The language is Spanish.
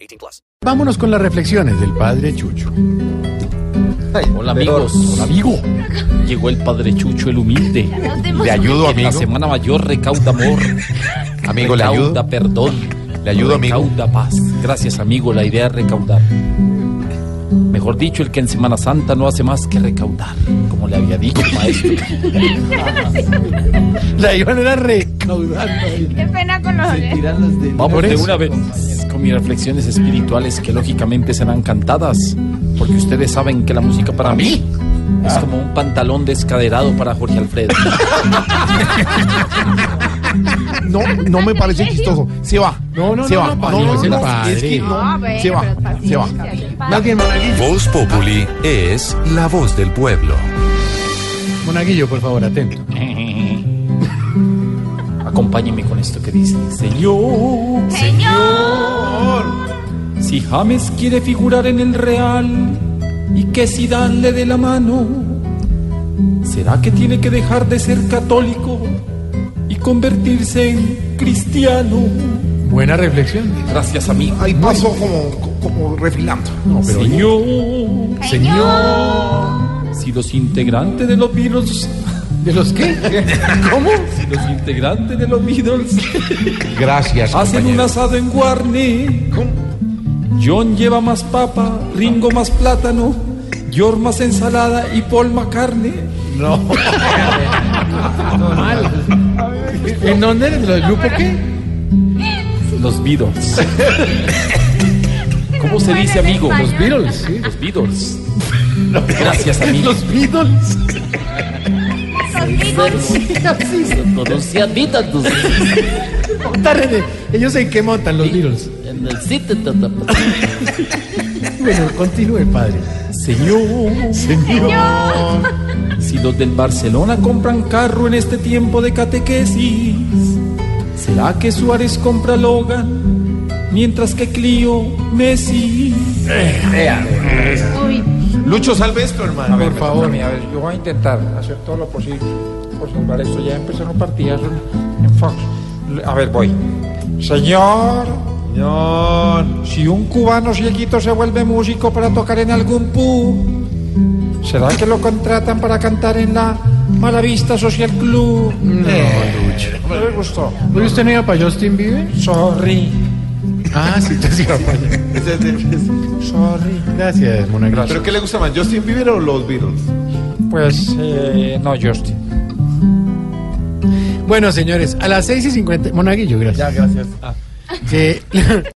18 plus. Vámonos con las reflexiones del padre Chucho. Hola amigos, hola amigo. Llegó el padre Chucho el humilde. Le ayudo, amigo. La semana mayor recauda amor. Amigo, le recauda ayudo. perdón. Le ayudo, amigo. Recauda paz. Gracias amigo, la idea es recaudar. Mejor dicho, el que en Semana Santa no hace más que recaudar, como le había dicho el maestro. La iban era recaudar. Qué pena con los olores. Vamos Por de eso. una vez con mis reflexiones espirituales que lógicamente serán cantadas, porque ustedes saben que la música para mí Ah. es como un pantalón descaderado para Jorge Alfredo. No, no me parece chistoso. Se va. No, no, se va. No, no, Ah, es el padre. es que no, No, bueno, se va. pero Se va. paciencia, bien Más bien, Monaguillo. Voz Populi es la voz del pueblo. Monaguillo, por favor, atento. Acompáñeme con esto que dice. Señor, si James quiere figurar en el Real y que si darle de la mano, ¿será que tiene que dejar de ser católico y convertirse en cristiano? Buena reflexión. Gracias, amigo. Ahí pasó como, como refilando. No, pero Señor, Señor. si los integrantes de los Beatles, ¿de los qué? ¿Cómo? si los integrantes de los Beatles Gracias, hacen un compañero. asado en Guarne. John lleva más papa, Ringo más plátano, George más ensalada y Paul más carne. ¿En dónde? ¿En el grupo qué? Los Beatles. ¿Cómo se dice, amigo? Los Beatles. Los Beatles. Gracias, amigo. Los Beatles. Conocían Beatles Está René. ¿Ellos en qué montan los Beatles? en el sitio de Bueno, continúe, padre. Señor, si los del Barcelona compran carro en este tiempo de catequesis, ¿será que Suárez compra Logan mientras que Clio Messi? Lucho, salve esto, hermano. Por favor. A ver, yo voy a intentar hacer todo lo posible por salvar esto. Ya empezaron partidas en Fox. A ver, voy. Señor. Señor. Si un cubano cieguito se vuelve músico para tocar en algún pub, ¿será que lo contratan para cantar en la Malavista Social Club? No, No me gustó. ¿Oye, usted no iba para Justin Bieber? Sorry. Ah, sí, usted sí iba para allá. Sorry. Gracias, Mona. Gracias. ¿Pero qué le gusta más, Justin Bieber o los Beatles? Pues, eh, no, Justin. Bueno, señores, a las 6 y 50. Monaguillo, gracias. gracias. Ah. Eh,